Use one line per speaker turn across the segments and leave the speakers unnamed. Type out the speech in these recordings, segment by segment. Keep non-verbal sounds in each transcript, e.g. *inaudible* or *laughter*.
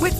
With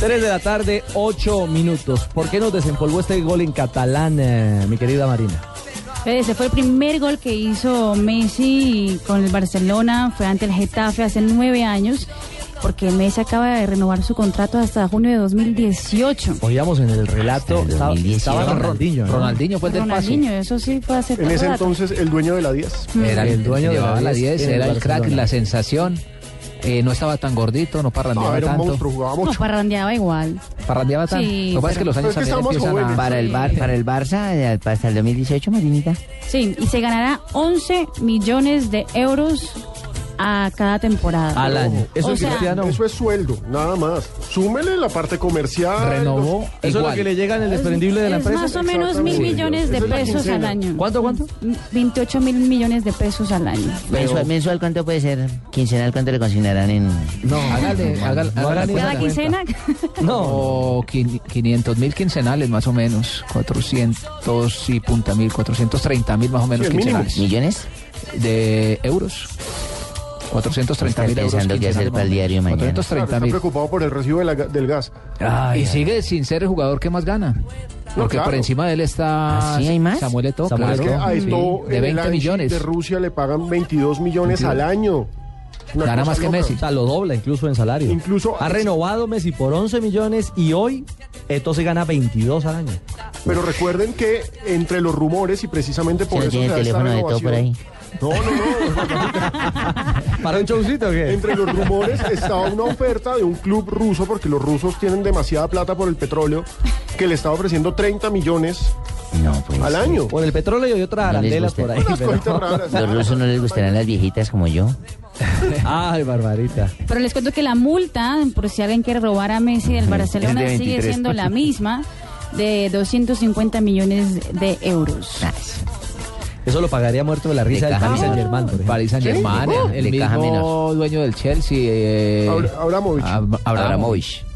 3 de la tarde, 8 minutos. ¿Por qué nos desempolvó este gol en catalán, eh, mi querida Marina?
Eh, Ese fue el primer gol que hizo Messi con el Barcelona, fue ante el Getafe hace nueve años, porque Messi acaba de renovar su contrato hasta junio de 2018.
Oíamos en el relato, estaba, estaba Ronaldinho. Ronaldinho fue el del pase.
Ronaldinho, eso sí fue hace
En ese
rato.
entonces, el dueño de la 10.
Era el dueño de la 10,
en
era el crack,
Barcelona.
la sensación. Eh, no estaba tan gordito, no parrandeaba
Ah,
No, era un
tanto.
monstruo, jugaba
No,
*laughs*
mucho.
parrandeaba igual.
Parrandeaba tanto.
Sí,
Lo que pasa es que
pero-
los años
Pero es que
también
estábamos
empiezan
jóvenes.
a...
Para el, bar, para el Barça, eh, hasta el 2018, Marinita.
Sí, y se ganará 11 millones de euros a cada temporada.
Al año.
Eso
Eso
O es sea, Cristiano.
Eso es sueldo, nada más. Súmele la parte comercial.
Renovó
Eso es lo
igual.
que le llega en el desprendible de la
Es
empresa.
más o menos mil
Exactamente.
millones de
Esa es la
pesos al
quincena.
año.
¿Cuánto, cuánto?
28 mil millones de pesos al año.
Mensual, mensual, ¿cuánto puede ser? Quincenal, ¿cuánto le considerarán en...?
No, hágale, hágale,
no hagan
hágale
esa
Cada
Pues cuenta.
quincena.
No.
No, 500 mil quincenales más o menos, 400 y punta mil, 430 mil más o menos
Sí, el mínimo.
quincenales
¿Millones?
de euros. 430 mil
Está
euros.
pensando qué
quincenales
hacer para
más o
el
menos.
diario mañana.
Claro,
430
está
mil.
preocupado por el recibo de la ga- del gas.
y sigue sin ser el jugador que más gana. Porque
claro.
por encima de él está
¿Ah, sí? ¿Hay más?
Samuel Eto'o,
Samuel
claro,
Es que a
sí,
esto
de
en
20
el E
millones.
de Rusia le pagan 22 millones al año. Una
Gana
cosa
más que
loca.
Messi.
O sea, lo dobla incluso en salario.
Incluso-
ha renovado Messi por 11 millones y hoy Eto se gana 22 al año.
Pero recuerden que entre los rumores y precisamente por
¿Se
eso
tiene
se
el
da esta
teléfono de todo
renovación.
por ahí?
No, no, no.
¿Para un showcito o qué?
Entre los rumores estaba una oferta de un club ruso, porque los rusos tienen demasiada plata por el petróleo, que le estaba ofreciendo 30 millones
No, pues...
al año.
Por el petróleo y otras
No les
arandelas
gusta.
por ahí.
Unas *laughs*
pero-
cositas raras.
Los rusos no les gustarán las viejitas como yo.
Ay, Barbarita.
Pero les cuento que la multa por si alguien quiere robar a Messi del Barcelona
Es de
sigue
23.
siendo la misma de 250 millones de euros.
Eso lo pagaría muerto de la risa
De
del
caja
Paris Saint
menor.
Germain, por ejemplo.
Paris Saint Germain,
Sí,
el, el
de caja
mismo
menor.
dueño del Chelsea. Eh,
Abra- Abramovich.
Ah,
Ab- Abramovich.
Abramovich.